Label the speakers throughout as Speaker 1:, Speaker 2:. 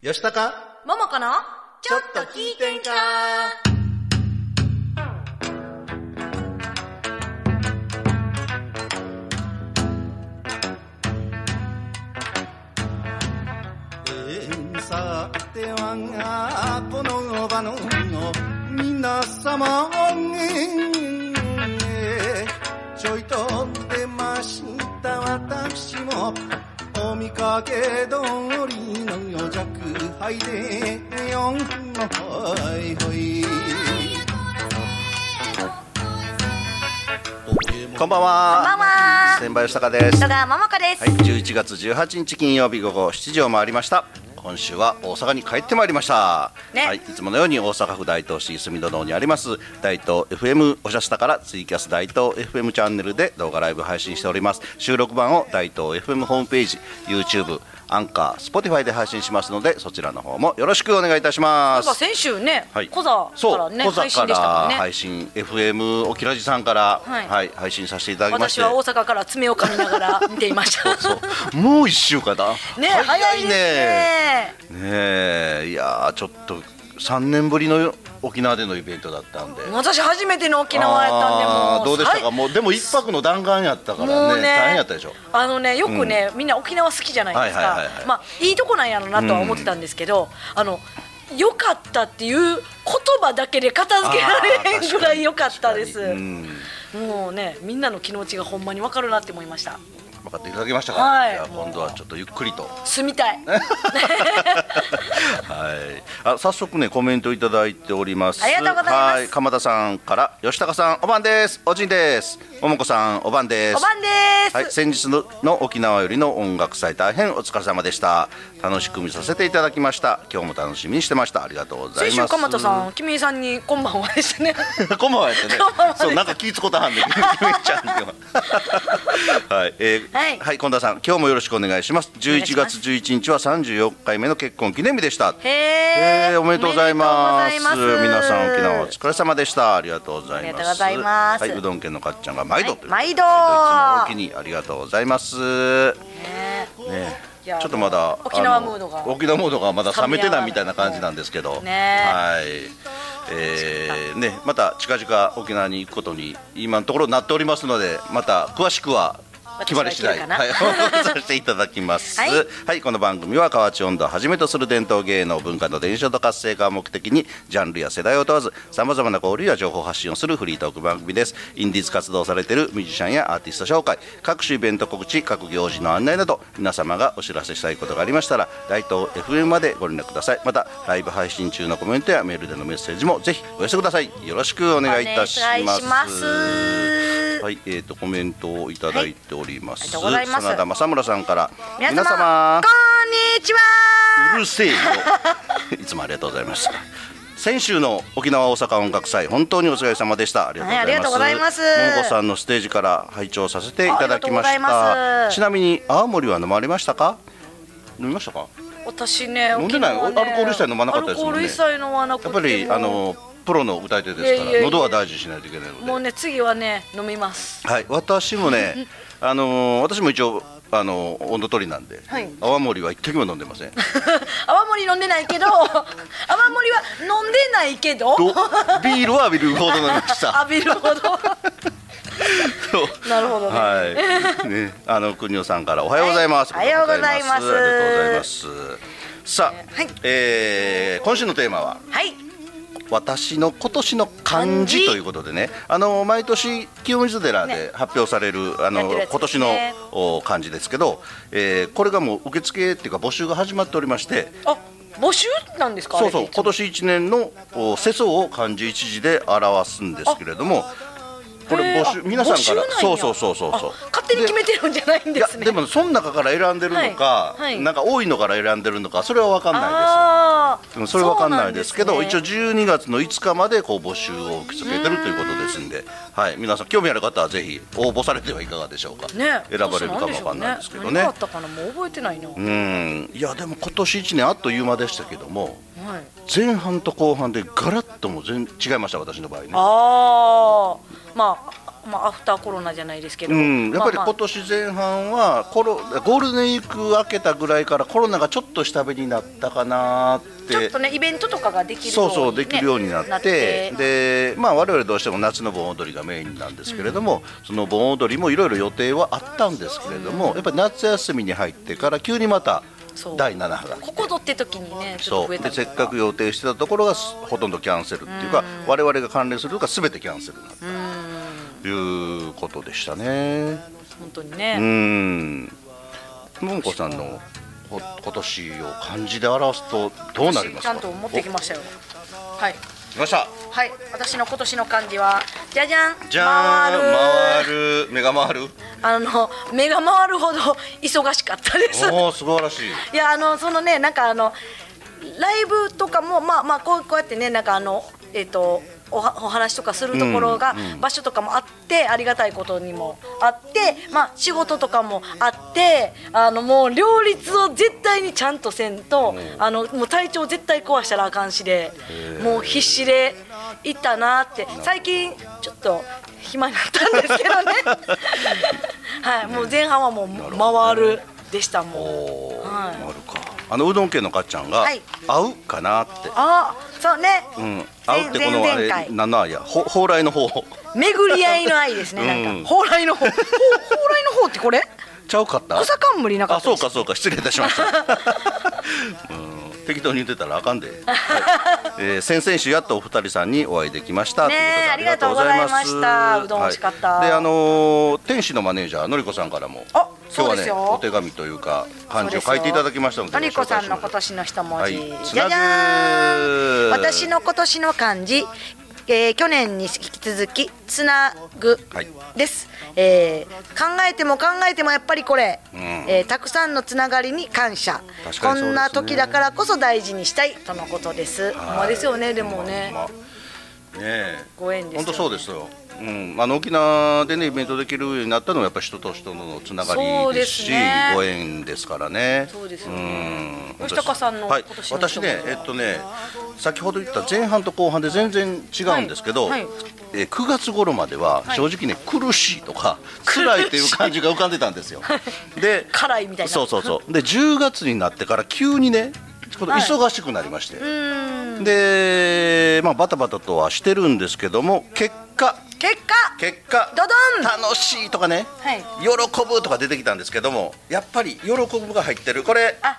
Speaker 1: よしたか
Speaker 2: ももこのちょっと聞いてんか
Speaker 1: えーさてはこの場の皆様えーちょいと出ました私もお見かけ通りの弱敗でよんほいほい
Speaker 3: こんば
Speaker 2: こんば
Speaker 3: ん
Speaker 2: ん
Speaker 3: は。
Speaker 2: は
Speaker 3: 千葉吉高です。
Speaker 2: 戸
Speaker 3: は
Speaker 2: 川ももこです、
Speaker 3: い、11月18日金曜日午後7時を回りました。今週は大阪に帰ってまいりました。
Speaker 2: ね
Speaker 3: はい、いつものように大阪府大東市住戸堂にあります大東 FM おしゃスタからツイキャス大東 FM チャンネルで動画ライブ配信しております。収録版を大東 FM ホームページ、YouTube、アンカー、Spotify で配信しますので、そちらの方もよろしくお願いいたし
Speaker 2: な
Speaker 3: ま
Speaker 2: んか
Speaker 3: す。
Speaker 2: 先週ね、
Speaker 3: はい、
Speaker 2: コザからね
Speaker 3: そうコザ
Speaker 2: 配信でしたか
Speaker 3: か
Speaker 2: ららね、
Speaker 3: 配信 FM 沖ラジさんから、
Speaker 2: はい
Speaker 3: はい、配信させていただきまし
Speaker 2: 私
Speaker 3: て。
Speaker 2: は大阪から爪を噛みながら見ていました
Speaker 3: そうもう一週間だ。
Speaker 2: ね早いですね
Speaker 3: ねえ、いやーちょっと三年ぶりの沖縄でのイベントだったんで。
Speaker 2: 私初めての沖縄やったんで
Speaker 3: あ
Speaker 2: も
Speaker 3: ーどうでしたか。
Speaker 2: はい
Speaker 3: もうでも一泊の弾丸やったからね。
Speaker 2: もうね
Speaker 3: 大変やったでしょ。
Speaker 2: あのねよくね、みんな沖縄好きじゃないですか、
Speaker 3: はいはいはいはい
Speaker 2: まあいいとこなんやろなとは思ってたんですけど、あの良かったっていう言葉だけで片付けられへんぐらい良かったです、
Speaker 3: うん。
Speaker 2: もうねみんなの気持ちがほんまに分かるなって思いました
Speaker 3: 分かっていただきましたか。
Speaker 2: はい
Speaker 3: じゃあ今度はちょっとゆっくりと。
Speaker 2: 住みたい
Speaker 3: はい。あ早速ねコメントいただいております。
Speaker 2: ありがとうございます
Speaker 3: は鎌田さんから吉高さんおばんです。おじんです。桃子さんおばんです。
Speaker 2: おばんです、
Speaker 3: はい、先日の沖縄よりの音楽祭大変お疲れ様でした楽しく見させていただきました今日も楽しみにしてましたありがとうござい
Speaker 2: 先
Speaker 3: ます
Speaker 2: 週鎌田 さん君さんにこんばんはでしたね
Speaker 3: こんばんはやって ね
Speaker 2: こんばんは。
Speaker 3: そう、なんか気ぃつことはんで、君ちゃんって。 はい、えー
Speaker 2: はい
Speaker 3: はい、近田さん、今日もよろしくお願いします。
Speaker 2: 願
Speaker 3: 11
Speaker 2: いしま
Speaker 3: 月
Speaker 2: す
Speaker 3: 11日は34回目の結婚記念日でした。
Speaker 2: へ
Speaker 3: え
Speaker 2: え
Speaker 3: ーおめでとうございま
Speaker 2: お
Speaker 3: す
Speaker 2: めでとうござい
Speaker 3: 皆
Speaker 2: ます
Speaker 3: さん沖縄お疲れ様でしたありがとうござ
Speaker 2: あ
Speaker 3: います
Speaker 2: りがとうございます
Speaker 3: はいうどん県のかっちゃんが毎度
Speaker 2: はい
Speaker 3: ということで、
Speaker 2: 毎度
Speaker 3: いつもおおきにありがとうございます
Speaker 2: ね
Speaker 3: ね
Speaker 2: いや
Speaker 3: ちょっとまだ
Speaker 2: 沖縄
Speaker 3: あの
Speaker 2: ムードが
Speaker 3: 沖縄ムードがまだ冷めて
Speaker 2: 冷めやら
Speaker 3: な
Speaker 2: ないい
Speaker 3: みたいな感じなんですけど、
Speaker 2: ね
Speaker 3: はい、えーねまた近々沖縄に行くことに今のところなっておりますのでまた詳しくは決まり次第
Speaker 2: 私が
Speaker 3: はい、
Speaker 2: 行
Speaker 3: させていただきます。
Speaker 2: はい
Speaker 3: はい、この番組は河内音頭をはじめとする伝統芸能文化の伝承と活性化を目的にジャンルや世代を問わずさまざまな交流や情報発信をするフリートーク番組ですインディーズ活動をされているミュージシャンやアーティスト紹介各種イベント告知各行事の案内など皆様がお知らせしたいことがありましたら大東 FM までご連絡くださいまたライブ配信中のコメントやメールでのメッセージもぜひお寄せくださいよろしくお願いいたし
Speaker 2: お
Speaker 3: ま
Speaker 2: 願
Speaker 3: す
Speaker 2: いします
Speaker 3: はい、えー、とコメントをいただいております、
Speaker 2: はいありがとうございます
Speaker 3: 真田正村さんから
Speaker 2: 皆様こんにちは
Speaker 3: うるせえよ いつもありがとうございました先週の沖縄大阪音楽祭本当にお疲れ様でしたあり
Speaker 2: はいあり
Speaker 3: が
Speaker 2: が
Speaker 3: と
Speaker 2: とうご
Speaker 3: うござ
Speaker 2: ざ
Speaker 3: い
Speaker 2: い
Speaker 3: ま
Speaker 2: ますす
Speaker 3: 桃子さんのステージから拝聴させていただきま
Speaker 2: ありがとうご
Speaker 3: し
Speaker 2: ざい
Speaker 3: た
Speaker 2: ます
Speaker 3: ちなみに青森は飲まれましたか飲みましたか
Speaker 2: 私ね
Speaker 3: 飲んでない
Speaker 2: 沖縄ね
Speaker 3: アルコール一切飲まなかったですもんね
Speaker 2: アルコール一切飲まなくて
Speaker 3: やっ
Speaker 2: も
Speaker 3: ぱりあのプロの歌い手ですから
Speaker 2: いやいやいや
Speaker 3: 喉は大事にしないといけないので
Speaker 2: もうね次はね飲みます
Speaker 3: はい、私もね、あのー私も一応、あのー温度取りなんで、
Speaker 2: はい
Speaker 3: 泡盛は一滴も飲んでません。
Speaker 2: 泡盛飲んでない けど泡盛は飲んでないけど
Speaker 3: とビールは浴びるほど飲みました。
Speaker 2: 浴びるほど なるほどね
Speaker 3: はい、ね、あの国尾さんからおはようございます。
Speaker 2: はいおはようございます
Speaker 3: ありがとうございます。さあ、
Speaker 2: はい
Speaker 3: えー今週のテーマは
Speaker 2: はい
Speaker 3: 私の今年の漢字
Speaker 2: 漢字
Speaker 3: ということでね、あの毎年清水寺で発表される、あ
Speaker 2: やっ
Speaker 3: の
Speaker 2: てるやつで
Speaker 3: 今年
Speaker 2: す
Speaker 3: の
Speaker 2: ね
Speaker 3: お漢字ですけど、えーこれがもう受付っていうか募集が始まっておりまして。
Speaker 2: あ募集なんですか
Speaker 3: そうそう
Speaker 2: あれ
Speaker 3: 今年1年のお世相を漢字一字で表すんですけれどもこれ
Speaker 2: へー
Speaker 3: 募集
Speaker 2: あ
Speaker 3: 皆さん
Speaker 2: 募集
Speaker 3: か
Speaker 2: な
Speaker 3: ら
Speaker 2: んや
Speaker 3: そうそうそうそうそう
Speaker 2: あ勝手に決めてるんじゃないん
Speaker 3: い
Speaker 2: で
Speaker 3: や
Speaker 2: すね
Speaker 3: でもその中から選んでるのか、
Speaker 2: はいはい
Speaker 3: なんか多いのから選んでるのかそれは分かんない
Speaker 2: あ
Speaker 3: です
Speaker 2: ー
Speaker 3: でもそれは分かんないですけ
Speaker 2: そ
Speaker 3: ど
Speaker 2: うなん
Speaker 3: 一応
Speaker 2: ですね
Speaker 3: 12月の5日までこう募集を受け付けてるということですんではい皆さん興味ある方はぜひ応募されてはいかがでしょうか、
Speaker 2: ね
Speaker 3: 選ばれるかも分かんないですけどね
Speaker 2: 何があったかなもう覚えてないな、は
Speaker 3: うんいやでも今年1年あっという間でしたけども
Speaker 2: い
Speaker 3: 前半と後半でガラッとも全違いました私の場合ね
Speaker 2: ああまあまあ、アフターコロナじゃないですけど、
Speaker 3: うん、やっぱり
Speaker 2: まあまあ
Speaker 3: 今年前半はコロゴールデンウィーク明けたぐらいからコロナがちょっと下火になったかなっ
Speaker 2: ちょってとねイベントとかができる
Speaker 3: そうそ
Speaker 2: よ
Speaker 3: う
Speaker 2: に
Speaker 3: できるようになって,、
Speaker 2: ね
Speaker 3: でまあ我々どうしても夏の盆踊りがメインなんですけれども、その盆踊りもいろいろ予定はあったんですけれども、やっぱり夏休みに入ってから急にまた
Speaker 2: そう
Speaker 3: 第7波が
Speaker 2: ここぞって時にねちょっ
Speaker 3: そ
Speaker 2: と増
Speaker 3: う
Speaker 2: えた
Speaker 3: で
Speaker 2: の
Speaker 3: せっかく予定してたところがすほとんどキャンセルっていうか、我々が関連するとか全てキャンセルになったということでしたね。
Speaker 2: 本当に
Speaker 3: う
Speaker 2: ね、
Speaker 3: んももこさんのほ今年を漢字で表すとどうなります
Speaker 2: ち
Speaker 3: か
Speaker 2: ゃんと持ってきましたよはい
Speaker 3: お来ました
Speaker 2: はい私の今年の漢字はじゃじゃん
Speaker 3: じゃーん
Speaker 2: 回
Speaker 3: 回
Speaker 2: る
Speaker 3: る目が回る
Speaker 2: あの目が回るほど忙しかったです
Speaker 3: おお素晴らしい
Speaker 2: いやあのそのねなんかあのライブとかもまあまあこうこうやってねなんかあのえっ、とおはお話とかするところが、場所とかもあってありがたいことにもあってまあ仕事とかもあってあのもう両立を絶対にちゃんとせんと、あのもう体調絶対壊したらあかんしでもう必死でいったなって最近ちょっと暇になったんですけどね はいもう前半はもう回るでしたもう。
Speaker 3: おー
Speaker 2: はい
Speaker 3: 回るかあのうどん家のかっちゃんが
Speaker 2: はい
Speaker 3: 合うかなって
Speaker 2: あそうね、
Speaker 3: うん
Speaker 2: 前
Speaker 3: 合うってこのあ
Speaker 2: 前
Speaker 3: れ
Speaker 2: 々回
Speaker 3: なんなんやほ蓬莱の方
Speaker 2: 巡り合いの愛ですね、
Speaker 3: うん
Speaker 2: なんか蓬莱の方ほう蓬莱の方ってこれ
Speaker 3: ちゃうかった
Speaker 2: 草冠なか
Speaker 3: あ
Speaker 2: った
Speaker 3: そ
Speaker 2: で
Speaker 3: う
Speaker 2: す
Speaker 3: かそうか失礼いたしました うん適当に言ってたらあかんで、はいえー先々週やっとお二人さんにお会いできました
Speaker 2: ねえ
Speaker 3: ということで
Speaker 2: ありがとうございましたうどん美味しかった
Speaker 3: はいであのー天使のマネージャーのりこさんからも
Speaker 2: あ
Speaker 3: 今日
Speaker 2: そう
Speaker 3: は
Speaker 2: です
Speaker 3: ね
Speaker 2: よ
Speaker 3: お手紙というか漢字を書いていただきましたので
Speaker 2: のりこさんの今
Speaker 3: ご紹介し
Speaker 2: 年の一文字、
Speaker 3: はい
Speaker 2: じゃじゃーん
Speaker 3: つなぐ
Speaker 2: 私の今年の漢字、えー去年に引き続きつなぐ
Speaker 3: はい
Speaker 2: です、えー考えても考えてもやっぱりこれ、
Speaker 3: ん
Speaker 2: えーたくさんのつながりに感謝
Speaker 3: 確かにそう
Speaker 2: こ
Speaker 3: ですね
Speaker 2: んな時だからこそ大事にしたいとのことです、
Speaker 3: ます
Speaker 2: まあですよねでもね、
Speaker 3: まあまあねえ
Speaker 2: ご縁ですよね
Speaker 3: 本当そうですよ。うん、あの沖縄でねイベントできるようになったのはやっぱり人と人のつなが
Speaker 2: そう
Speaker 3: り
Speaker 2: で
Speaker 3: ですすし
Speaker 2: ね
Speaker 3: ご縁ですからね。
Speaker 2: そうですよ
Speaker 3: ね
Speaker 2: 吉高さんの
Speaker 3: はい
Speaker 2: 今年、の
Speaker 3: 私ねえっとね先ほど言った前半と後半で全然違うんですけど、
Speaker 2: はいはい
Speaker 3: え9月頃までは正直ね、苦しいとか辛いという感じが浮かんでたんですよ。で
Speaker 2: 辛いみたいな
Speaker 3: そうそうそうで10月になってから急にねこの
Speaker 2: はい
Speaker 3: 忙しくなりまして、で、まあ、バタバタとはしてるんですけども結果
Speaker 2: 結果
Speaker 3: 結果
Speaker 2: ドドン
Speaker 3: 楽しいとかね、
Speaker 2: はい
Speaker 3: 喜ぶとか出てきたんですけどもやっぱり喜ぶが入ってるこれ
Speaker 2: あ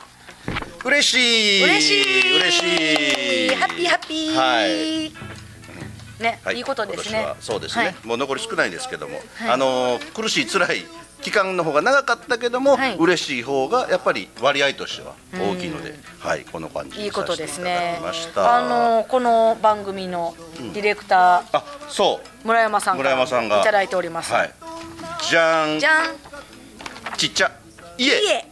Speaker 3: 嬉しい
Speaker 2: 嬉しい
Speaker 3: 嬉しい
Speaker 2: ハッピーハッピー、
Speaker 3: はい
Speaker 2: ね、、
Speaker 3: はい
Speaker 2: いことです
Speaker 3: 今
Speaker 2: ね
Speaker 3: 年はそうですね、
Speaker 2: はい
Speaker 3: もう残り少ないんですけども、
Speaker 2: はい
Speaker 3: あのー苦しい辛い期間の方が長かったけども、
Speaker 2: はい
Speaker 3: 嬉しい方がやっぱり割合としては大きいので、はいこの感じ
Speaker 2: いい
Speaker 3: に
Speaker 2: こ
Speaker 3: さ
Speaker 2: と
Speaker 3: せて
Speaker 2: で
Speaker 3: い
Speaker 2: す
Speaker 3: ただ
Speaker 2: ね
Speaker 3: きました。
Speaker 2: あのこの番組のディレクター、
Speaker 3: あそう
Speaker 2: 村山さんか
Speaker 3: 村
Speaker 2: ら
Speaker 3: 山さんが
Speaker 2: いただいております、
Speaker 3: はい。じゃーん
Speaker 2: じゃん
Speaker 3: ちっちゃい
Speaker 2: いえ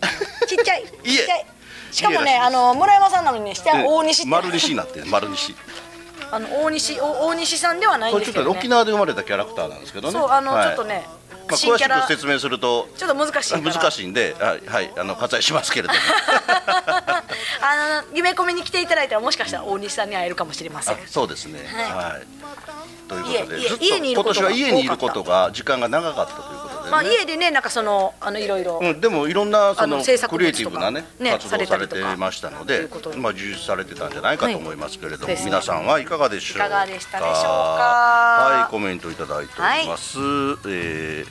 Speaker 2: ちっちゃい
Speaker 3: いえ
Speaker 2: ちっちゃいしかもね
Speaker 3: いえらしいです
Speaker 2: あの村山さんなのにね下は大西って、
Speaker 3: 丸西になってる丸西。
Speaker 2: あの大西お大西さんではないん
Speaker 3: こ
Speaker 2: で
Speaker 3: れち
Speaker 2: すけ
Speaker 3: ょっ
Speaker 2: ど、
Speaker 3: と
Speaker 2: ね、
Speaker 3: 沖縄で生まれたキャラクターなんですけどね。
Speaker 2: そうあの、
Speaker 3: はい
Speaker 2: ちょっとね、
Speaker 3: まあ、
Speaker 2: 新
Speaker 3: 詳
Speaker 2: キャラ
Speaker 3: しく
Speaker 2: ちょ
Speaker 3: 説明すると
Speaker 2: っと難しいから
Speaker 3: 難しいんで、はい、はい、あの割愛しますけれども。
Speaker 2: あの夢込みに来ていただいたらもしかしたら大西さんに会えるかもしれません
Speaker 3: あそうですね。
Speaker 2: は
Speaker 3: はい。ということで、
Speaker 2: 家
Speaker 3: ずっと
Speaker 2: 家にいる
Speaker 3: 今
Speaker 2: こと
Speaker 3: 年
Speaker 2: が
Speaker 3: は家にいることが時間が長かったということで、ね。
Speaker 2: まあ家でねなんかそのあのいろいろ、
Speaker 3: うん、でもいろんなそ
Speaker 2: あ
Speaker 3: の
Speaker 2: の制作
Speaker 3: クリエイ
Speaker 2: 物
Speaker 3: ティ
Speaker 2: とか
Speaker 3: ブなね
Speaker 2: ね
Speaker 3: 活動を
Speaker 2: さ
Speaker 3: さ
Speaker 2: れ
Speaker 3: れ
Speaker 2: た
Speaker 3: て
Speaker 2: りとか
Speaker 3: ましたの
Speaker 2: とい
Speaker 3: で
Speaker 2: うことで
Speaker 3: まあ充実されてたんじゃないかと思いますけれども、
Speaker 2: はいですね
Speaker 3: 皆さんはいかがでしょうか
Speaker 2: いかがでしたでしょうか
Speaker 3: はいコメントいただいております、えー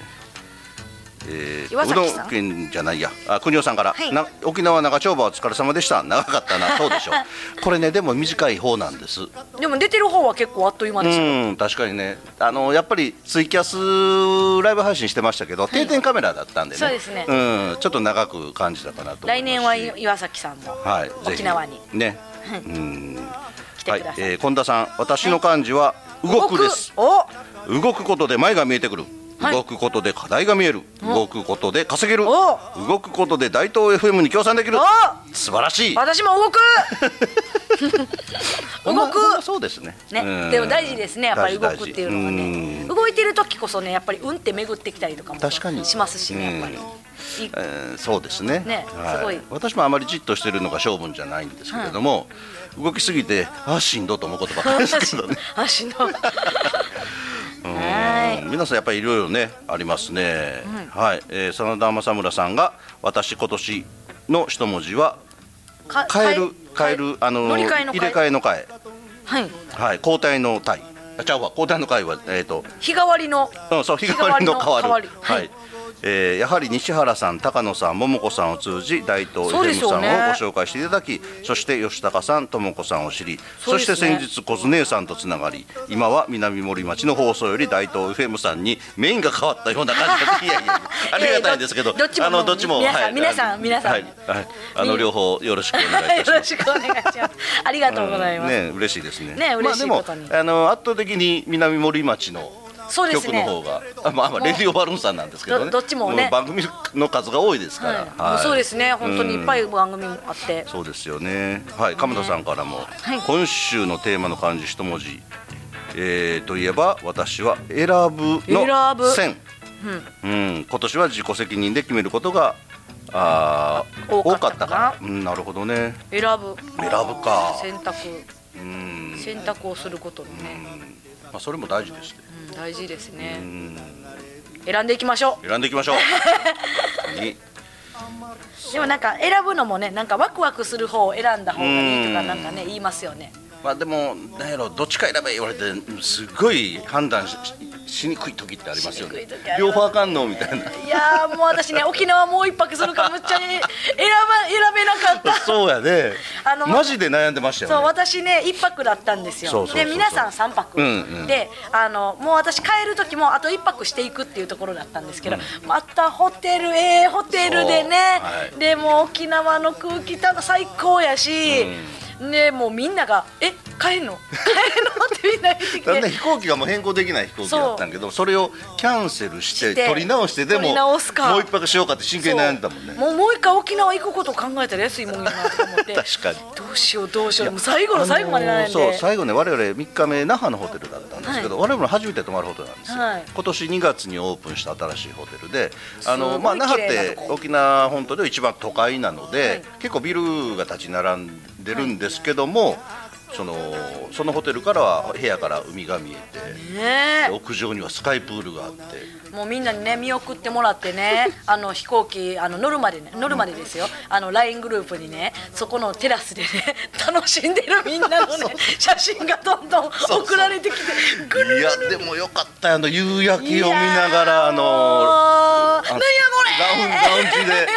Speaker 3: え
Speaker 2: 岩
Speaker 3: ー、うど
Speaker 2: 崎さん
Speaker 3: ん県じゃないやあ国尾さんから、
Speaker 2: はい
Speaker 3: な沖縄長丁場お疲れ様でした長かったなそうでし ょうこれねでも短い方なんです
Speaker 2: でも出てる方は結構あっという間ですよ、
Speaker 3: うん確かにねあのやっぱりツイキャスライブ配信してましたけど、定点カメラだったんでね
Speaker 2: そうですね
Speaker 3: うん、ちょっと長く感じたかなと思
Speaker 2: 来
Speaker 3: いますし
Speaker 2: 年は岩崎さんも
Speaker 3: はい、ぜひ
Speaker 2: 沖縄に
Speaker 3: ね、
Speaker 2: はい
Speaker 3: うんは
Speaker 2: 来てく
Speaker 3: い
Speaker 2: ださい、
Speaker 3: えー近田さん私の漢字は動くです、
Speaker 2: お
Speaker 3: 動くことで前が見えてくる、
Speaker 2: はい
Speaker 3: 動くことで課題が見える動くことで稼げる
Speaker 2: お
Speaker 3: 動くことで大東 FM に協賛できる
Speaker 2: お
Speaker 3: 素晴らしい
Speaker 2: 私も 動く
Speaker 3: ほんま
Speaker 2: 動く
Speaker 3: ほんまそうですねう
Speaker 2: ね
Speaker 3: ん
Speaker 2: でも大事ですねやっぱり動
Speaker 3: 大事
Speaker 2: くっていうのが
Speaker 3: 大事
Speaker 2: ね
Speaker 3: ん
Speaker 2: 動いてる時こそねやっぱり運って巡ってきたりとかも
Speaker 3: 確かに
Speaker 2: しますしねやっぱり、
Speaker 3: うん
Speaker 2: いい
Speaker 3: えーそうですね
Speaker 2: ね
Speaker 3: はい、
Speaker 2: すごい
Speaker 3: 私もあまりじっとしてるのが勝負じゃないんですけれども、動きす ぎてあーしんどと思うことばっかりですけどね
Speaker 2: あしんどい はい、
Speaker 3: うん、皆さんやっぱりいろいろねありますね、はい、えー、真田正村さんが私今年の一文字は
Speaker 2: か
Speaker 3: 変える変えるあの
Speaker 2: 乗り換えの
Speaker 3: 入れ替
Speaker 2: え
Speaker 3: えの変え
Speaker 2: はい
Speaker 3: はい交代の対あちゃうわ交代の会はえっ、と
Speaker 2: 日替わりの
Speaker 3: うん、そう日替わりの変わる
Speaker 2: 変わり
Speaker 3: はい、
Speaker 2: はい
Speaker 3: えーやはり西原さん高野さん桃子さんを通じ大東
Speaker 2: そうで
Speaker 3: FM
Speaker 2: す
Speaker 3: さん
Speaker 2: よ
Speaker 3: を
Speaker 2: ね
Speaker 3: ご紹介していただきそして吉高さん智子さんを知りそ,、
Speaker 2: そうで
Speaker 3: し
Speaker 2: す
Speaker 3: て
Speaker 2: ね
Speaker 3: 先日小津姉さんとつながり今は南森町の放送より大東 FM さんにメインが変わったような感 じでいやいやありがたいんですけど
Speaker 2: いやいやどどっちも
Speaker 3: あのどっちも
Speaker 2: 皆さん
Speaker 3: はい
Speaker 2: 皆さん
Speaker 3: あの
Speaker 2: 皆さん
Speaker 3: はいはい、あの両方よろしくお願いいたします
Speaker 2: よろしくお願いします。ありがとうございます。
Speaker 3: ね嬉しいですね。
Speaker 2: ね嬉しいことに
Speaker 3: まあ、でもあの圧倒的に南森町の
Speaker 2: そうです
Speaker 3: 曲の
Speaker 2: ね。
Speaker 3: 方が、あまあまあ
Speaker 2: もう
Speaker 3: レディオバルーンさんなんですけどね。
Speaker 2: どどっちもね
Speaker 3: う番組の数が多いですから。
Speaker 2: はい、もうそうですね。本当にいっぱ
Speaker 3: い。うん
Speaker 2: い番組もあって。
Speaker 3: そうですよね。はい、鎌田さんからも、
Speaker 2: い
Speaker 3: 今週のテーマの漢字一文字。えー、といえば私は選ぶ
Speaker 2: 選
Speaker 3: の
Speaker 2: ぶ
Speaker 3: 線うん、今年は自己責任で決めることがあー
Speaker 2: 多
Speaker 3: 多
Speaker 2: か
Speaker 3: か
Speaker 2: っ
Speaker 3: ったた
Speaker 2: かな
Speaker 3: から、うん、なるほどね
Speaker 2: 選ぶ。
Speaker 3: 選ぶか
Speaker 2: 選択
Speaker 3: うん、
Speaker 2: 選択をすることもね、
Speaker 3: まあ、それも大事ですね
Speaker 2: うん、大事です
Speaker 3: う
Speaker 2: ね。
Speaker 3: ん
Speaker 2: 選んでいきましょ
Speaker 3: 選んでいきま しょう。に
Speaker 2: う。でもなんか選ぶのもね、なんかワクワクする方を選んだ方がいいとか
Speaker 3: うん
Speaker 2: なんかね言いますよね。
Speaker 3: まあでもなんやろどっちか選べ言われてすごい判断しししにくい時ってありますよ
Speaker 2: しに
Speaker 3: ね
Speaker 2: くい時あ。る
Speaker 3: 両方あかんのみたいな。
Speaker 2: いやーもう私ね沖縄もう一泊するからむっちゃね選ば選べなかった。
Speaker 3: そうやで
Speaker 2: あの
Speaker 3: マジで悩んでました
Speaker 2: そう
Speaker 3: よね。
Speaker 2: 私ね一泊だったんですよ
Speaker 3: そうそうそうそう
Speaker 2: で皆さん三泊、
Speaker 3: うんうん
Speaker 2: であのもう私帰る時もあと一泊していくっていうところだったんですけど、またホテルええホテルでね、
Speaker 3: そうはい
Speaker 2: でもう沖縄の空気た最高やし、ねもうみんなが「え帰んの帰んの?」ってみんな言ってき
Speaker 3: だんだ
Speaker 2: て。
Speaker 3: ん飛行機がもう変更できない飛行機だったんやけどそれをキャンセルして
Speaker 2: して
Speaker 3: 取り直してでも
Speaker 2: 取り直すか
Speaker 3: もう一泊しようかって真剣に悩んでたもんね。
Speaker 2: もうもう一回沖縄行くことを考えたら安いもんやなと思って
Speaker 3: 確かに
Speaker 2: どうしようどうしようもう最後の最後まで悩んで、
Speaker 3: そう最後ね我々3日目那覇のホテルだったんですけど、我々も初めて泊まるホテルなんですよ、
Speaker 2: はい
Speaker 3: 今年2月にオープンした新しいホテルであ
Speaker 2: す
Speaker 3: の、
Speaker 2: ごい
Speaker 3: まあ、那覇っ
Speaker 2: 綺麗な
Speaker 3: て
Speaker 2: とこ
Speaker 3: 沖縄本島で一番都会なので、
Speaker 2: はい
Speaker 3: 結構ビルが立ち並んでるんですけども、そのそのホテルからは部屋から海が見えて
Speaker 2: ねえ
Speaker 3: で屋上にはスカイプールがあって
Speaker 2: もうみんなにね見送ってもらってねあの飛行機あの乗るまでね乗るまでですよあの LINE グループにねそこのテラスでね 楽しんでるみんなのね写真がどんどん
Speaker 3: そう
Speaker 2: 送られてきてぐる
Speaker 3: いやでもよかったよあの夕焼
Speaker 2: い
Speaker 3: け
Speaker 2: や
Speaker 3: を見
Speaker 2: ー
Speaker 3: ながらあの
Speaker 2: もう
Speaker 3: あ
Speaker 2: なんやこ
Speaker 3: ラウンラウンジで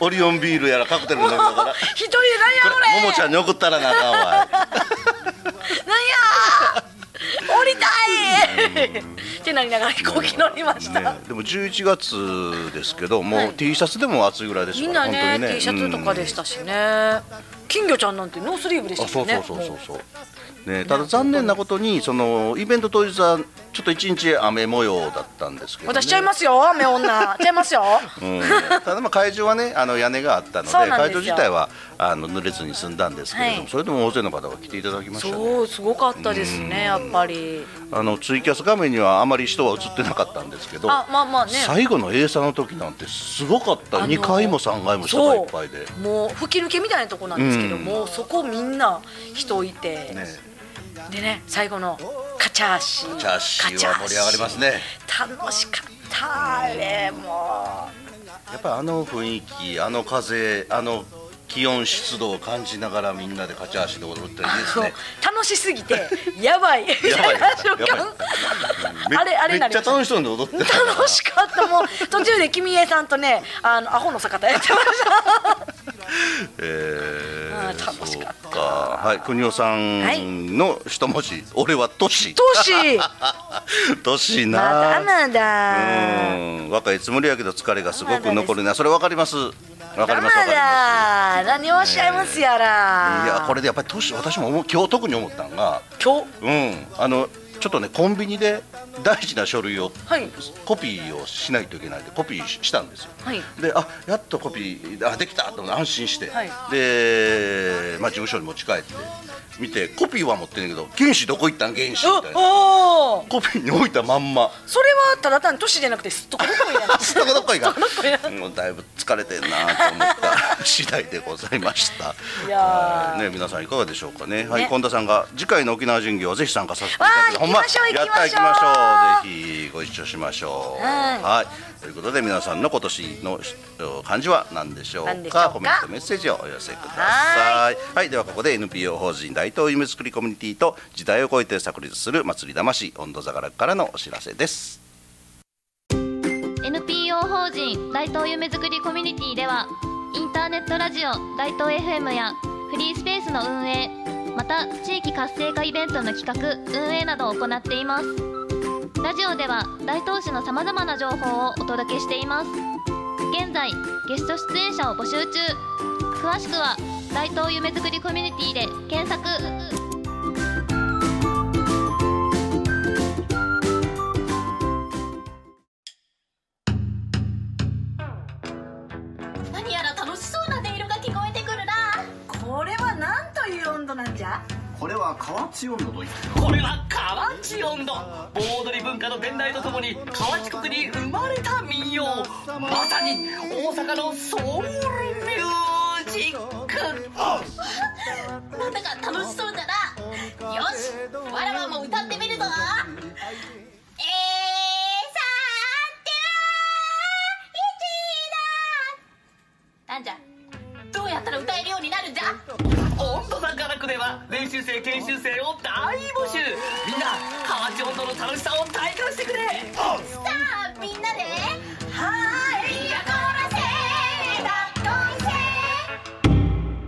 Speaker 3: オリオンビールやらカクテル飲みなが
Speaker 2: れ
Speaker 3: ら。
Speaker 2: 一人でなんや
Speaker 3: こ
Speaker 2: こ
Speaker 3: れ
Speaker 2: れ
Speaker 3: ももちゃんに送ったらなあかんわ
Speaker 2: なんやー降りたいってなりながら飛行機乗りました、
Speaker 3: ねでも11月ですけどもう、T シャツでも暑いぐらいです
Speaker 2: み
Speaker 3: よ
Speaker 2: んな
Speaker 3: 本当
Speaker 2: ね
Speaker 3: にね
Speaker 2: T シャツとかでしたしね金魚ちゃんなんてノースリーブでし
Speaker 3: うんあ
Speaker 2: た
Speaker 3: そ
Speaker 2: も
Speaker 3: うん
Speaker 2: ね
Speaker 3: そうそうそうそう、ね、ただ残念なことにそのイベント当日はちょっと一日雨模様だったんですけど、ね、
Speaker 2: 私ちゃいますよ雨女ちゃいますよ
Speaker 3: うん、ただまあ会場はねあの屋根があったので
Speaker 2: そうなんですよ
Speaker 3: 会場自体はあの濡れずに済んだんですけれども、
Speaker 2: はい
Speaker 3: それでも大勢の方が来ていただきましたね
Speaker 2: そうすごかったですねやっぱり
Speaker 3: あのツイキャス画面にはあまり人は映ってなかったんですけど
Speaker 2: あまあまあね
Speaker 3: 最後の A さんの時なんてすごかった、
Speaker 2: あの
Speaker 3: 2回も3回も人がいっぱいで。
Speaker 2: そうもう吹き抜けみたいなとこなんですけど、
Speaker 3: うん
Speaker 2: もうそこみんな人いて、
Speaker 3: ね
Speaker 2: でね最後のカチャーシー
Speaker 3: チャーシーは盛り上がりますね
Speaker 2: カチャーシー楽しかったあれも
Speaker 3: やっぱりあの雰囲気あの風あの気温湿度を感じながらみんなで勝ち足で踊るっていいです
Speaker 2: う
Speaker 3: ね
Speaker 2: 楽しすぎて やばいみ たいな瞬
Speaker 3: やばいや
Speaker 2: 間
Speaker 3: め
Speaker 2: あれあれ
Speaker 3: め
Speaker 2: な
Speaker 3: っ
Speaker 2: り
Speaker 3: ちゃ
Speaker 2: ました
Speaker 3: 楽しそうに踊っ てた
Speaker 2: 楽しかったもう途中で君江さんとねあのアホの坂田やってま した
Speaker 3: えー
Speaker 2: あー楽しかった
Speaker 3: そうかはい国尾さんの一文字、俺は都市
Speaker 2: トシ
Speaker 3: 都市な
Speaker 2: まだま
Speaker 3: う
Speaker 2: だ
Speaker 3: ーん若いつもりやけど疲れがすごく残
Speaker 2: まだ
Speaker 3: るなそれわかりますわかります
Speaker 2: ま
Speaker 3: わかります
Speaker 2: だ何をおっしゃいますやら、
Speaker 3: いやこれでやっぱり都市私も思う今日特に思ったのが
Speaker 2: 今日
Speaker 3: うん、あのちょっとねコンビニで大事な書類を、
Speaker 2: はい
Speaker 3: コピーをしないといけないんでコピーししたんですよ。
Speaker 2: はい
Speaker 3: であやっとコピーあできたと思って安心して、
Speaker 2: はい
Speaker 3: で、まあ、事務所に持ち帰って見てコピーは持ってんねんけど原子どこ行ったん原子みたいな
Speaker 2: おおー
Speaker 3: コピーに置いたまんま
Speaker 2: それはただ単に都市じゃなくてすっとこどこい な
Speaker 3: どこどこいが
Speaker 2: どこどこいな
Speaker 3: もうだいぶ疲れてんなと思った次第でございました
Speaker 2: いやー
Speaker 3: ね皆さんいかがでしょうかねはい
Speaker 2: ね
Speaker 3: 近田さんが次回の沖縄巡業ぜひ参加させていただき
Speaker 2: わー
Speaker 3: ほんま
Speaker 2: 行きましょう
Speaker 3: やった
Speaker 2: 行きましょう
Speaker 3: 行きましょうぜひご一緒しましょう
Speaker 2: はい
Speaker 3: ということで皆さんの今年のえ漢字は何でしょ
Speaker 2: 何
Speaker 3: う
Speaker 2: でしょう
Speaker 3: か
Speaker 2: か
Speaker 3: コメントメッセージをお寄せくださいはいではここで NPO 法人大東夢作りコミュニティと時代を超えて炸裂する祭り魂温度座がらからのお知らせです
Speaker 4: NPO 法人大東夢づくりコミュニティではインターネットラジオ大東 FM やフリースペースの運営また地域活性化イベントの企画運営などを行っていますラジオでは大東市のさまざまな情報をお届けしています現在ゲスト出演者を募集中詳しくは大東夢づくりコミュニティで検索
Speaker 5: 何やら楽しそうな音色が聞こえてくるな
Speaker 2: これはなんという温度なんじゃ
Speaker 6: これは河内温度といって
Speaker 7: これは河内音頭盆踊り文化の伝来とともに河内国に生まれた民謡まさに大阪のソウルミュージック
Speaker 5: なんだか楽しそうだなよしわらわも歌ってみるぞえー、さては一だなんじゃどうやったら歌えるようになるんじゃ
Speaker 7: 音頭さんからくでは練習生研修生を大募集みんな河内音頭の楽しさを体感してくれ
Speaker 5: さあみんなではーいやこらせだっといせ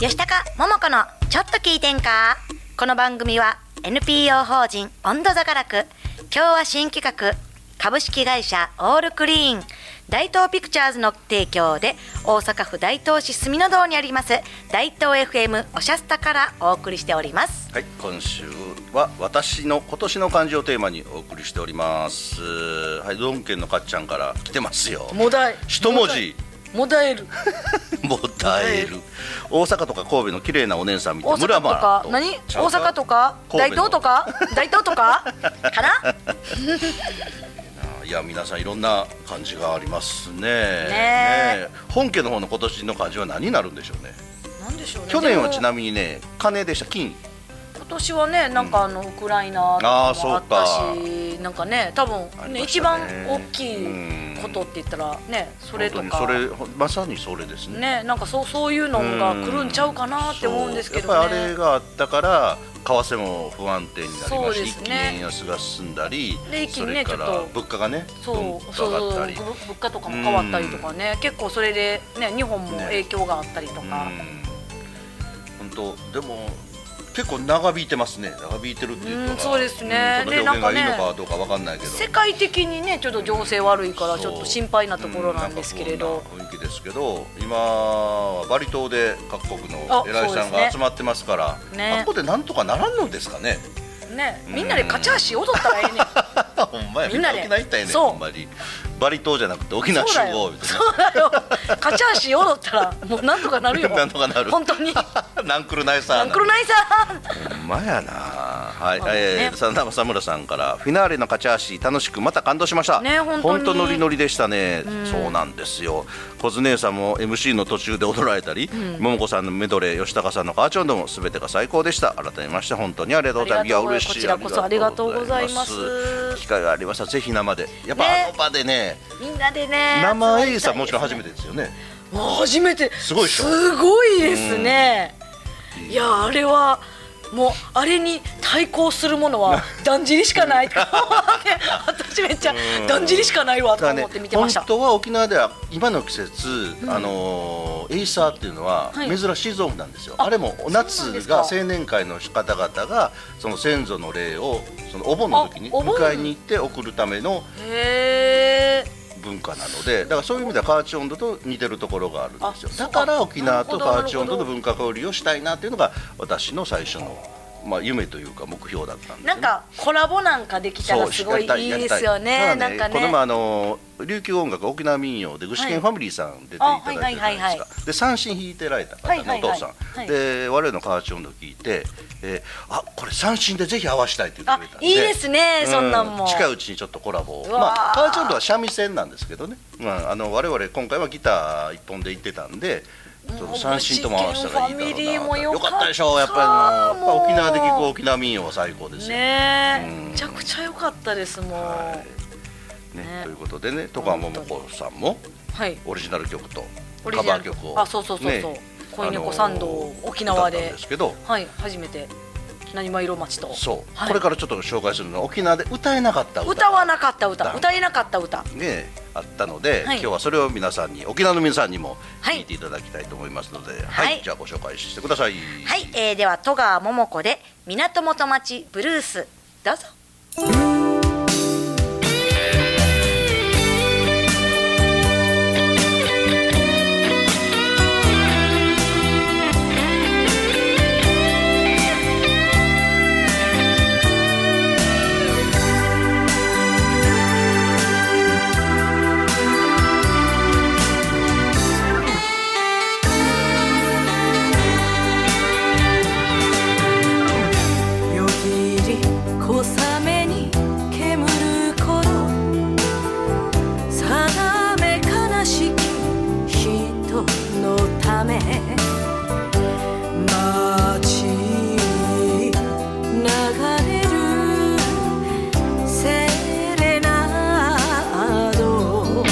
Speaker 8: 吉高桃子のちょっと聞いてんかこの番組は NPO 法人温度座がらく今日は新企画株式会社オールクリーン大東ピクチャーズの提供で大阪府大東市住の堂にあります大東 FM おしゃスタからお送りしております
Speaker 3: はい、今週は私の今年の漢字をテーマにお送りしております。はい、ドンケンのかっちゃんから来てますよ。
Speaker 2: もだえ
Speaker 3: 一文 字
Speaker 2: もだえる
Speaker 3: もたえる。大阪とか神戸の綺麗なお姉さんみた
Speaker 2: 大
Speaker 3: いな
Speaker 2: 阪とか何大阪とか大東と。
Speaker 3: 村
Speaker 2: か大東とかかな
Speaker 3: まあいや皆さんいろんな漢字がありますね。ねえ本家の方の今年の漢字は何になるんでしょうね。
Speaker 2: なんでしょうね
Speaker 3: 去年は
Speaker 2: でも
Speaker 3: ちなみにね金でした金。
Speaker 2: 今年はねなんかあの、ウクライナとか
Speaker 3: あーそ
Speaker 2: もあ
Speaker 3: う
Speaker 2: った
Speaker 3: か
Speaker 2: しなんかね多分
Speaker 3: あ
Speaker 2: ね
Speaker 3: りまし
Speaker 2: 一
Speaker 3: た
Speaker 2: 番
Speaker 3: ね
Speaker 2: 大きいことって言ったらねそれとか
Speaker 3: 本当にそれほんまさにそれですね。
Speaker 2: ねなんかそうそういうのが来るんちゃうかなって思うんですけどね。
Speaker 3: そうやっぱりあれがあったから為替も不安定になり
Speaker 2: そ
Speaker 3: ま
Speaker 2: う
Speaker 3: し
Speaker 2: で
Speaker 3: 一
Speaker 2: す
Speaker 3: 気に
Speaker 2: ね
Speaker 3: 円安が進んだり
Speaker 2: で一気
Speaker 3: そ
Speaker 2: に
Speaker 3: れ
Speaker 2: ね
Speaker 3: か
Speaker 2: ちょ
Speaker 3: ら
Speaker 2: っと
Speaker 3: 物価がね
Speaker 2: そう
Speaker 3: どんと
Speaker 2: そう
Speaker 3: 上
Speaker 2: そう
Speaker 3: がった
Speaker 2: 物
Speaker 3: り
Speaker 2: 物価とかも変わったりとかね結構それでね日本も
Speaker 3: ね
Speaker 2: 影響があったりとか、
Speaker 3: うん本当でも結構長引いてますね長引いてるっていうの
Speaker 2: う
Speaker 3: が
Speaker 2: んそうですね
Speaker 3: うん
Speaker 2: ね
Speaker 3: この表現がいい
Speaker 2: な
Speaker 3: の
Speaker 2: んかね
Speaker 3: かどうかわかんないけど
Speaker 2: 世界的にねちょっと情勢悪いから
Speaker 3: そう
Speaker 2: ちょっと心配なところなんですけれ
Speaker 3: う
Speaker 2: ど
Speaker 3: ん、なんか不安な雰囲気ですけど今はバリ島で各国の
Speaker 2: あ
Speaker 3: 偉い
Speaker 2: そうで
Speaker 3: さん
Speaker 2: す
Speaker 3: が
Speaker 2: ね
Speaker 3: 集まってますから
Speaker 2: ね
Speaker 3: あそこでなんとかならんのですかね
Speaker 2: ねみんなでカチャーシー踊ったらええねん。
Speaker 3: ほんまや、み
Speaker 2: み
Speaker 3: ん
Speaker 2: ん
Speaker 3: な
Speaker 2: なで
Speaker 3: 沖縄行ったんやねん、
Speaker 2: そう
Speaker 3: ほんまに。バリ島じゃなくて沖縄
Speaker 2: そう
Speaker 3: 集
Speaker 2: だ
Speaker 3: 合
Speaker 2: よ
Speaker 3: み。たい
Speaker 2: そうだよ。カチャーシー踊ったらもうなんとかなるよ。
Speaker 3: な。なんとかなる。
Speaker 2: 本当 に。な。
Speaker 3: なんくるないさ。
Speaker 2: んくるないさ
Speaker 3: ほんまやな。はい、
Speaker 2: そうですね
Speaker 3: えー、さなさむらさんからフィナーレの勝ち足楽しくまた感動しました。
Speaker 2: ね本当に
Speaker 3: ノリノリでしたね。そうなんですよ。小津姉さんも MC の途中で踊られたり、桃子さんのメドレー、吉高さんのカーチョンドもすべてが最高でした。改めまして本当にありがとうござ
Speaker 2: あ
Speaker 3: います。
Speaker 2: りがとうございます
Speaker 3: や嬉しい
Speaker 2: こちらこそありがとうございます
Speaker 3: ありがとうございます機会がありましたらぜひ生で。やっぱ
Speaker 2: ね
Speaker 3: あの場でね、
Speaker 2: みんなでね。
Speaker 3: 生エイ
Speaker 2: 集ま
Speaker 3: さ
Speaker 2: りたいです
Speaker 3: んもちろん初めてですよね。
Speaker 2: もう初めて
Speaker 3: すごいでしょ
Speaker 2: すごいですね、いやあれはもうあれに対抗するもの はだんじりしかないと思って私めっちゃだんじりしかないわと
Speaker 3: だから
Speaker 2: 思って見てました、
Speaker 3: 本当は沖縄では今の季節、あのーエイサーっていうのは
Speaker 2: はい
Speaker 3: 珍しい道具なんですよ、
Speaker 2: あ
Speaker 3: あれも
Speaker 2: そうなんで
Speaker 3: 夏
Speaker 2: す
Speaker 3: が
Speaker 2: か
Speaker 3: 青年会の方々がその先祖の霊をそのお盆の時に
Speaker 2: あお盆
Speaker 3: 迎えに行って送るための
Speaker 2: へえ
Speaker 3: 文化なのでだからそういう意味では河内温度と似てるところがあるんですよ
Speaker 2: あ
Speaker 3: だから
Speaker 2: そう
Speaker 3: 沖縄と
Speaker 2: なるほど
Speaker 3: 河内温度の文化交流をしたいなっていうのが私の最初のまあ、夢というか目標だったんで、
Speaker 9: なんかコラボなんかできた
Speaker 3: そ
Speaker 9: ら
Speaker 3: う
Speaker 9: すごいいい
Speaker 3: やりたやり
Speaker 9: で
Speaker 3: た
Speaker 9: すよね。
Speaker 3: た
Speaker 9: な
Speaker 3: だ
Speaker 9: んか
Speaker 3: この前
Speaker 9: ね。
Speaker 3: あの琉球音楽沖縄民謡で具志堅ファミリーさん出ていただいたじゃないですか、
Speaker 9: あはいはいはいは
Speaker 3: で三振弾いてられた方のお父さ
Speaker 9: は
Speaker 3: ん、
Speaker 9: いはいはい
Speaker 3: で我々の河内音頭聞いて、えーあこれ三振でぜひ合わしたいって言っ
Speaker 9: あ
Speaker 3: てくれたん、で
Speaker 9: いいですね。
Speaker 3: う
Speaker 9: そんなんも。
Speaker 3: 近いうちにちょっとコラボを
Speaker 9: うわー
Speaker 3: まあ河内音頭は三味線なんですけどね、まあ、あの我々今回はギター一本で行ってたんでちょっと三振とも合わせたらいいだろ
Speaker 9: 具志堅ファミリー
Speaker 3: う
Speaker 9: も
Speaker 3: な
Speaker 9: よ
Speaker 3: よ
Speaker 9: かった
Speaker 3: かったでしょやっぱりもうやっぱ沖縄で聞く
Speaker 9: もう
Speaker 3: 沖縄民謡は最高ですよ
Speaker 9: ねえ
Speaker 3: うん
Speaker 9: めちゃくちゃ良かったですもん。
Speaker 3: は
Speaker 9: はい
Speaker 3: ね
Speaker 9: ね
Speaker 3: ということでね戸川桃子さんも
Speaker 9: い。
Speaker 3: オリジナル曲と
Speaker 9: オリ
Speaker 3: カ
Speaker 9: ジナ
Speaker 3: バー
Speaker 9: ル
Speaker 3: 曲を
Speaker 9: あ、そうそうそうそう
Speaker 3: ね。
Speaker 9: 恋
Speaker 3: あの
Speaker 9: 猫
Speaker 3: ー
Speaker 9: 三道沖縄
Speaker 3: 歌ったん
Speaker 9: で
Speaker 3: で。すけど
Speaker 9: はい、初めて。何ま色町と。
Speaker 3: そう、
Speaker 9: はい
Speaker 3: これからちょっと紹介するのは沖縄で歌えなかった歌
Speaker 9: 歌わなかった歌
Speaker 3: 歌、
Speaker 9: 歌えなかった歌。
Speaker 3: ねあったので、
Speaker 9: はい
Speaker 3: 今日はそれを皆さんに沖縄の皆さんにも
Speaker 8: はい
Speaker 3: 聞いていただきたいと思いますので、はい
Speaker 8: はい
Speaker 3: じゃあご紹介してください。
Speaker 8: はい、えー、では戸川桃子で港元町ブルースどうぞ
Speaker 2: よぎり小雨に煙る頃定め悲しき人のため街に流れるセレナード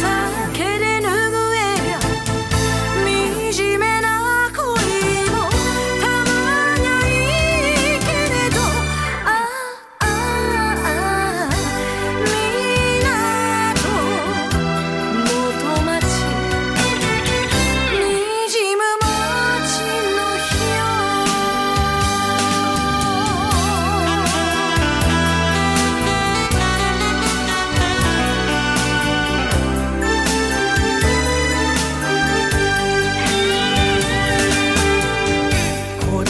Speaker 2: 酒で拭えりゃ「みじめな恋もたまないけれど」「ああああみなと元町」「にじむ街の日よ」木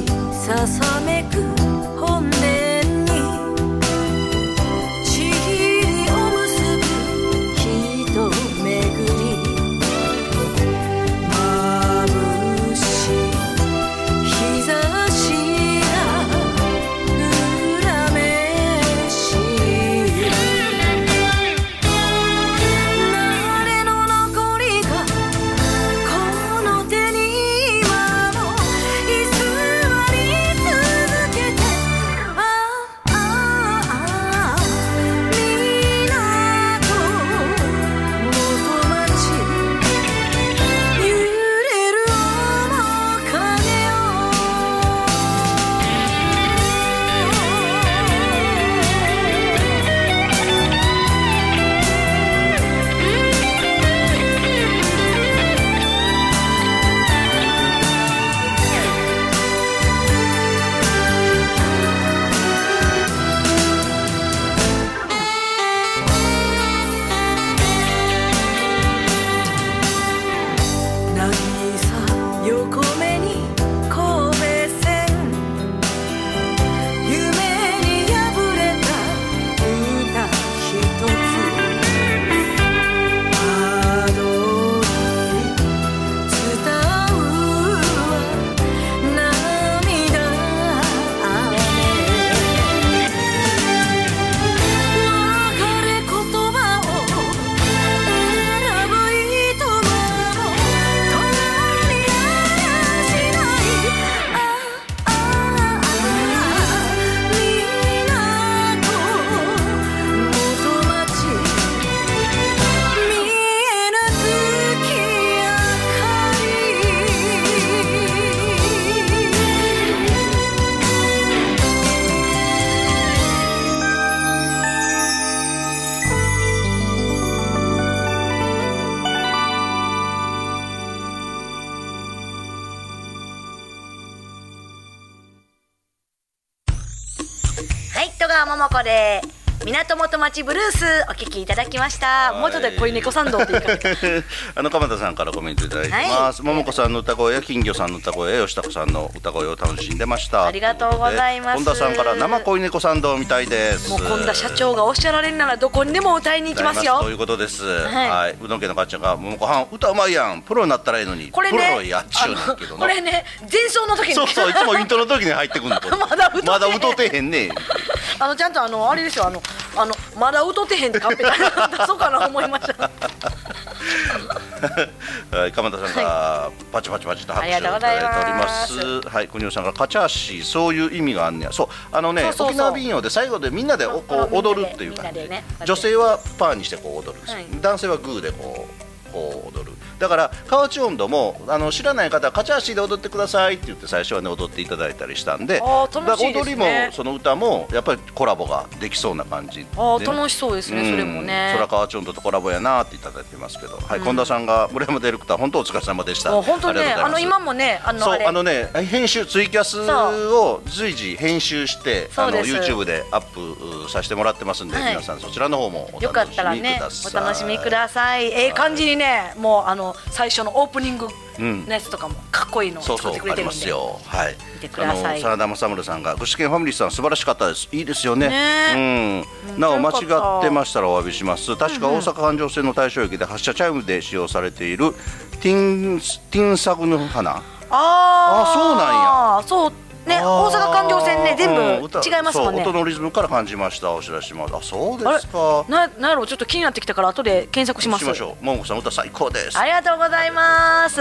Speaker 2: 立ささめく本殿にちぎりを結ぶ人巡り眩しい日差しが裏めし慣れの残りが「この手に今も居座り続けて」「ああああみなと元町」「揺れる面影を」渚横目に神戸線夢に破れた歌ひとつあどに伝うは涙雨別れ言葉を選ぶ糸も「隣り合わせ」「ああああ港元町」「見えぬ月明かり」
Speaker 8: はい戸川桃子で
Speaker 2: 港元町ブルースお聞きいただきましたもうちょっとで恋猫参道って言いかけた
Speaker 3: あの鎌田さんからコメントいただいてます。桃子さんの歌声や金魚さんの歌声や吉高さんの歌声を楽しんでました。
Speaker 2: ありがとうございます
Speaker 3: とうことで本田さんから生恋猫さんどうみたいです。
Speaker 2: もう今度は社長がおっしゃられるならどこにでも歌いに行きますよ
Speaker 3: ということです。
Speaker 2: はい
Speaker 3: はい。うどん家のかっちゃんが桃子はん歌うまいやん。プロになったらいいのに。
Speaker 2: これ
Speaker 3: プ
Speaker 2: ね
Speaker 3: ロやっちゅうねんけ
Speaker 2: あ
Speaker 3: ど
Speaker 2: の
Speaker 3: な。
Speaker 2: これね前奏の時に
Speaker 3: そうそういつもイントロの時に入ってくるの。
Speaker 2: まだ歌ってへん
Speaker 3: まだ歌ってへんね。
Speaker 2: あのちゃんとあのあれですよあのあのまだ歌ってへんってカンペ出そうかな思いま した。
Speaker 3: はい、鎌田さんがパチパチパチと拍手をいただいております。
Speaker 2: ありがとう
Speaker 3: はい、国尾さんがカチャーシー、そういう意味があんねや。そう、あのね、
Speaker 2: そうそうそう
Speaker 3: 沖縄民謡で最後でみんなでおこう
Speaker 2: あみんな
Speaker 3: 踊
Speaker 2: で
Speaker 3: るっていう感じ
Speaker 2: みんなでね
Speaker 3: 女性はパーにしてこう踊るんですよ、
Speaker 2: はい
Speaker 3: 男性はグーでこう、こう踊る。だから、河内音頭も、あの知らない方はカチャーシーで踊ってくださいって言って、最初はね、踊っていただいたりしたんで。
Speaker 2: あー楽しいですね
Speaker 3: だから踊りも、その歌も、やっぱりコラボができそうな感じでね。
Speaker 2: あー楽しそうですね、それもね
Speaker 3: うん。空川町とコラボやなっていただいてますけど、はい、近田さんが村山ディレクター本当お疲れ様でした。
Speaker 2: もう本当にね
Speaker 3: りがと
Speaker 2: あ
Speaker 3: うご
Speaker 2: の
Speaker 3: ざいま
Speaker 2: 今
Speaker 3: す
Speaker 2: もねあの
Speaker 3: そ
Speaker 2: あ
Speaker 3: う
Speaker 2: れ
Speaker 3: あのね編集ツイキャスを随時編集して
Speaker 2: そ
Speaker 3: あ
Speaker 2: う
Speaker 3: の
Speaker 2: です
Speaker 3: YouTube でアップさせてもらってますんで、
Speaker 2: はい
Speaker 3: 皆さんそちらの方もお
Speaker 2: よか
Speaker 3: 楽
Speaker 2: っ
Speaker 3: した
Speaker 2: ら
Speaker 3: み
Speaker 2: ね
Speaker 3: ください。
Speaker 2: お楽しみください。ええ感じにねもうあの最初のオープニングのやつとかもかっこいいのを
Speaker 3: そう
Speaker 2: 作
Speaker 3: そ
Speaker 2: ってく
Speaker 3: う
Speaker 2: れ
Speaker 3: あ
Speaker 2: て
Speaker 3: り
Speaker 2: るん
Speaker 3: ます
Speaker 2: で。
Speaker 3: よ。はい。
Speaker 2: 見てください
Speaker 3: あの真田正宗さんが具志堅ファミリーさん素晴らしかったです。いいですよね。
Speaker 2: ね
Speaker 3: うん。なお間
Speaker 2: 面
Speaker 3: 違
Speaker 2: 白かった
Speaker 3: ってましたらお詫びします。確か大阪環状線の大正駅で発車チャイムで使用されているティンティンサグの花。
Speaker 2: あ
Speaker 3: あ
Speaker 2: あそうなんや。そうね
Speaker 3: あー
Speaker 2: 大阪環状線ね全
Speaker 3: うん
Speaker 2: 部
Speaker 3: 歌
Speaker 2: 違いますもんね
Speaker 3: そう。音のリズムから感じました。お知らせします。あそう
Speaker 2: あ
Speaker 3: ですか
Speaker 2: れ。ななんやろうちょっと気になってきたから後で検索します。
Speaker 3: しましょう。ももこさん歌最高です
Speaker 2: あ。りがとうございます
Speaker 3: す。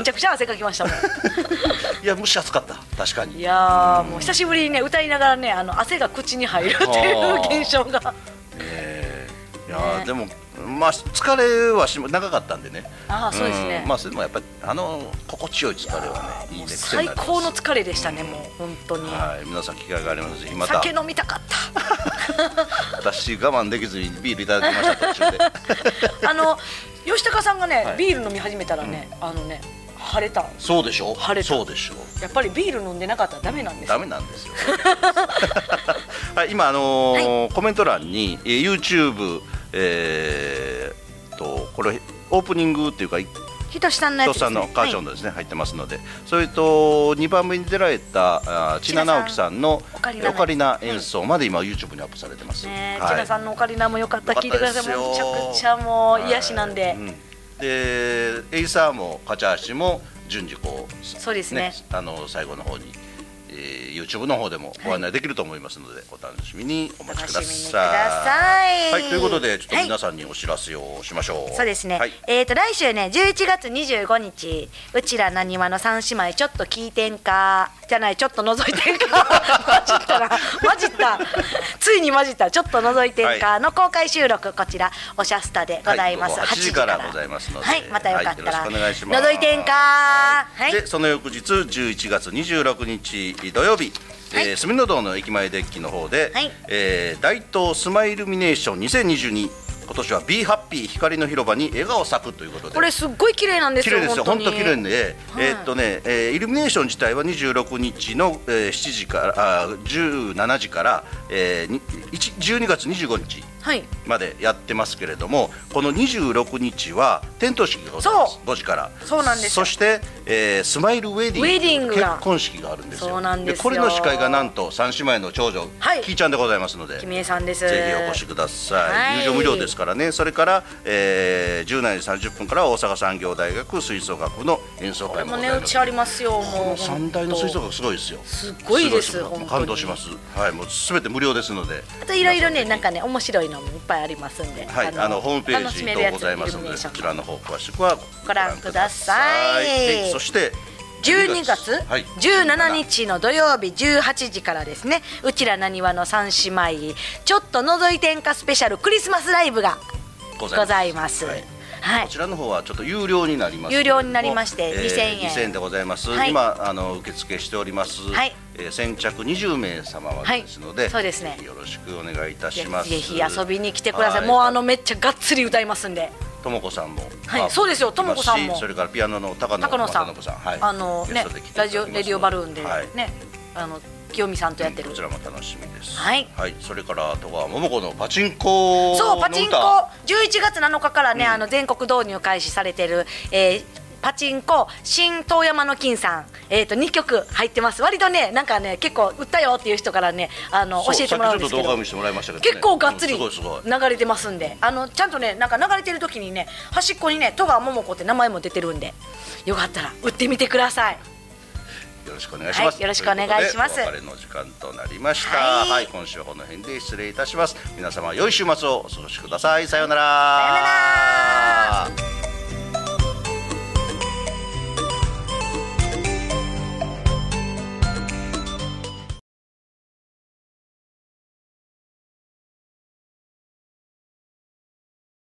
Speaker 2: めちゃくちゃ汗かきましたもん。
Speaker 3: いや蒸し暑かった。確か
Speaker 2: い
Speaker 3: に。
Speaker 2: やーもう久しぶりにね歌いながらねあの汗が口に入るって
Speaker 3: あ
Speaker 2: い
Speaker 3: ー
Speaker 2: う現象が。
Speaker 3: えーいやーでもまあ疲れはし長かったんでね。
Speaker 2: ああそうですね
Speaker 3: ん。まあそれでもやっぱりあの心地よい疲れはねいいね。癖に
Speaker 2: 最
Speaker 3: なります
Speaker 2: 高の疲れでしたねもう本当に。
Speaker 3: はい皆さん機会がありますしまた
Speaker 2: 酒飲みた かっ
Speaker 3: 私我慢できずにビールいただきました途中 で
Speaker 2: た。あの吉高さんがね、
Speaker 3: はい
Speaker 2: ビール飲み始めたらね、あのね晴れた。
Speaker 3: そうでしょ
Speaker 2: 晴れた
Speaker 3: そうでしょ
Speaker 2: やっぱりビール飲んでなかったらダメなんです
Speaker 3: ダ。メなんですよ。 はい、今あのーコメント欄に、えー YouTube えーっとこれオープニングっていうか伊
Speaker 2: ひとしさんのやつ
Speaker 3: 藤
Speaker 2: です
Speaker 3: さ
Speaker 2: ね。
Speaker 3: んのカーションのですね、入ってますので、それと2番目に出られたあー千奈直樹さんの
Speaker 2: 千奈さん
Speaker 3: オカリナ演奏まで今 YouTube にアップされてます。
Speaker 2: ねえ、
Speaker 3: はい
Speaker 2: 千奈さんのオカリナもよかった
Speaker 3: よか
Speaker 2: 聞いてください。
Speaker 3: ったですよ
Speaker 2: もうめちゃくちゃもう癒しなんで、
Speaker 3: はいうんでエイサーもカチャーシも順次こう
Speaker 2: そうですね
Speaker 3: あの最後の方に、えー、YouTube の方でもご案内できると思いますので、お楽しみにお待ちください
Speaker 2: 楽しみにください
Speaker 3: はいということでちょっと
Speaker 2: はい
Speaker 3: 皆さんにお知らせをしましょう、
Speaker 2: そうですね。
Speaker 3: はい、
Speaker 2: えっ、と来週ね、11月25日、うちらなにわの三姉妹ちょっと聞いてんかじゃない、ちょっと覗いてんか。 混じったな、混じった。ついに混じった。ちょっと覗いてんかの公開収録、こちらおしゃスタでございます。
Speaker 3: はい午後8時からございますので
Speaker 2: はい、またよかったら、
Speaker 3: はいよろしくお願いします
Speaker 2: 覗いてんか。はい。
Speaker 3: でその翌日11月26日土曜日、
Speaker 2: はい
Speaker 3: えー隅の道の駅前デッキの方で、
Speaker 2: はい
Speaker 3: えー大東スマイルミネーション2022今年は B ハッピー光の広場に笑顔咲くということで
Speaker 2: これすっごい綺麗なんです
Speaker 3: 綺
Speaker 2: よ。
Speaker 3: 麗ですよ、本当綺麗で、
Speaker 2: はい
Speaker 3: えーっとね、えーイルミネーション自体は26日の、えー7時からあー17時から、えーに1 12月25日
Speaker 2: はい。
Speaker 3: までやってますけれども、この26日は点灯式がございます
Speaker 2: そ、
Speaker 3: 5時から。
Speaker 2: そうなんですよ
Speaker 3: そして、えースマイルウェディング
Speaker 2: ウェディングが
Speaker 3: 結婚式があるんですよ。
Speaker 2: そうなんですよ
Speaker 3: これの司会がなんと三姉妹の長女、
Speaker 2: はい
Speaker 3: キイちゃんでございますので。
Speaker 2: 君江さんです。
Speaker 3: ぜひお越しくださ
Speaker 2: は
Speaker 3: い、
Speaker 2: い
Speaker 3: 入場無料ですからねそれから、えー、17時30分から大阪産業大学吹奏楽の演奏
Speaker 2: これ
Speaker 3: 会も
Speaker 2: も
Speaker 3: ご
Speaker 2: ね
Speaker 3: ざいうます
Speaker 2: ちありますよ。もう
Speaker 3: 三大の吹奏楽すごいですよす
Speaker 2: すっごいです
Speaker 3: ご
Speaker 2: 本当に
Speaker 3: 感動しますはいもうすべて無料ですので
Speaker 2: あといろいろね、なんかね、面白いのもいっぱいありますんで。
Speaker 3: はい、あのホームペー
Speaker 2: 楽
Speaker 3: ジ
Speaker 2: し
Speaker 3: 等
Speaker 2: めるやつ
Speaker 3: ございますの
Speaker 2: イルミネー
Speaker 3: で
Speaker 2: シ
Speaker 3: そ
Speaker 2: ョン
Speaker 3: ちらの方詳しくは
Speaker 2: ご覧ください
Speaker 3: ご覧くだはいそして
Speaker 2: 12月
Speaker 3: はい
Speaker 2: 17日の土曜日18時からですね、うちらなにわの三姉妹、ちょっと覗いてんかスペシャルクリスマスライブが
Speaker 3: ご
Speaker 2: ございます。
Speaker 3: は
Speaker 2: はいい。
Speaker 3: こちらの方はちょっと有料になりますけれ
Speaker 2: 有
Speaker 3: ども。
Speaker 2: 料になりまして2000円
Speaker 3: 2000円でございます。
Speaker 2: はい
Speaker 3: 今あの受付しております。
Speaker 2: はい
Speaker 3: えー先着20名様までですので、
Speaker 2: はいそうですね
Speaker 3: よろしくお願いいた
Speaker 2: ぜ
Speaker 3: します。
Speaker 2: ひぜひ遊びに来てください。
Speaker 3: は
Speaker 2: もうあのめっちゃがっつり歌いますんで。
Speaker 3: ともこさんも、
Speaker 2: はい
Speaker 3: あ
Speaker 2: そうですよ
Speaker 3: 来ますし
Speaker 2: ともこさんも
Speaker 3: それからピアノの高野
Speaker 2: 高野さん
Speaker 3: 正信さん、はい
Speaker 2: あの
Speaker 3: ゲ
Speaker 2: ね
Speaker 3: ストで来ていただき
Speaker 2: ラ
Speaker 3: ます
Speaker 2: ジオレディオバルーンで
Speaker 3: はい
Speaker 2: ねあの清美さんとやってる
Speaker 3: こちらも楽しみです。
Speaker 2: はい
Speaker 3: それからあとは桃子のパチンコの歌。
Speaker 2: そうパチンコ11月7日からね、あの全国導入開始されてる、えーパチンコ新遠山の金さん、えー、と2曲入ってます割とねなんかね結構売ったよっていう人からねあの
Speaker 3: そ
Speaker 2: 教
Speaker 3: う
Speaker 2: えてもらうんですけ
Speaker 3: さっきちょっと動画
Speaker 2: ど
Speaker 3: 見せてもらいましたけどね
Speaker 2: 結構がっつり
Speaker 3: うんすごいすごい
Speaker 2: 流れてますんであのちゃんとねなんか流れてる時にね端っこにね戸川桃子って名前も出てるんでよかったら売ってみてください
Speaker 3: よろしくお願いします。
Speaker 2: はいよろしくお願いします
Speaker 3: ということでお別れの時間となりました。は、
Speaker 2: はいい
Speaker 3: 今週はこの辺で失礼いたします。皆様良い週末をお過ごしください。さようなら。
Speaker 2: さよなら